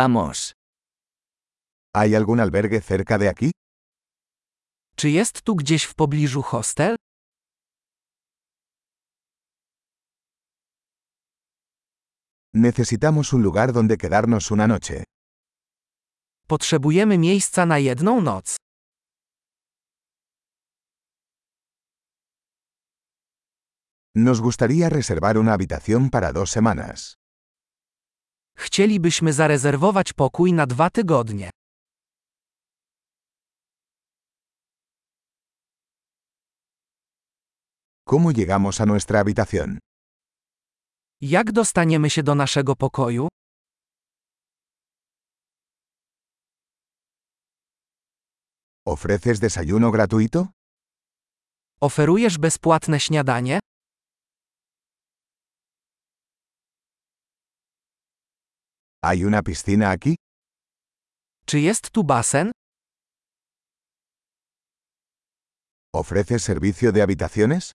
Vamos. ¿Hay algún albergue cerca de aquí? Czy jest tu gdzieś w pobliżu hostel? Necesitamos un lugar donde quedarnos una noche. Potrzebujemy miejsca na jedną noc. Nos gustaría reservar una habitación para dos semanas. Chcielibyśmy zarezerwować pokój na dwa tygodnie. ¿Cómo llegamos a nuestra habitación? Jak dostaniemy się do naszego pokoju? ¿Ofreces desayuno gratuito? Oferujesz bezpłatne śniadanie? ¿Hay una piscina aquí? Czy jest tu basen? ¿Ofreces servicio de habitaciones?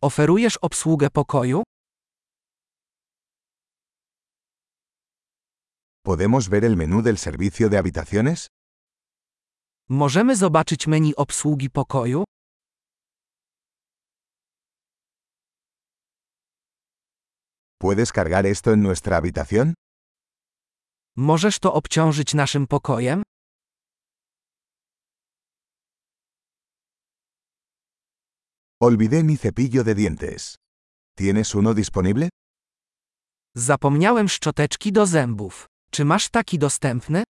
Oferujesz obsługę pokoju? ¿Podemos ver el menú del servicio de habitaciones? Możemy zobaczyć menu obsługi pokoju? ¿Puedes cargar esto en nuestra habitación? Możesz to obciążyć naszym pokojem? Olvidé mi cepillo de dientes. ¿Tienes uno disponible? Zapomniałem szczoteczki do zębów. Czy masz taki dostępny?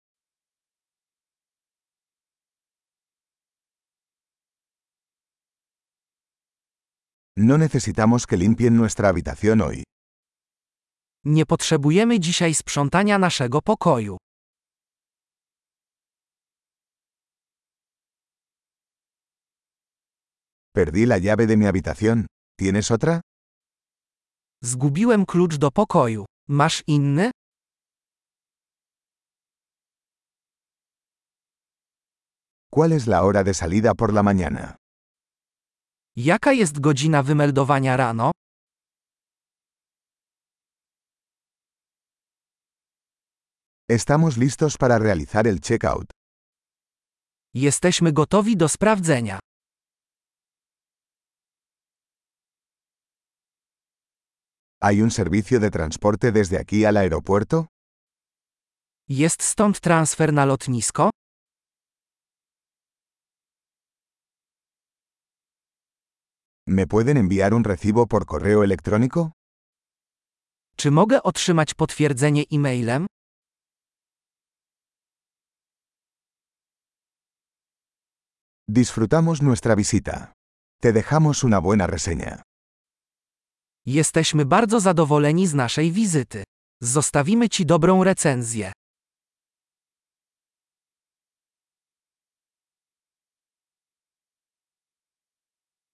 No necesitamos que limpien nuestra habitación hoy. Nie potrzebujemy dzisiaj sprzątania naszego pokoju. Perdí la llave de mi habitación. ¿Tienes otra? Zgubiłem klucz do pokoju. Masz inny? ¿Cuál es la hora de salida por la mañana? Jaka jest godzina wymeldowania rano? Estamos listos para realizar el checkout. Jesteśmy gotowi do sprawdzenia. ¿Hay un servicio de transporte desde aquí al aeropuerto? Jest stąd transfer na lotnisko? ¿Me pueden enviar un recibo por correo electrónico? Czy mogę otrzymać potwierdzenie e-mailem? Disfrutamos nuestra visita. Te dejamos una buena reseña. Jesteśmy bardzo zadowoleni z naszej wizyty. Zostawimy Ci dobrą recenzję.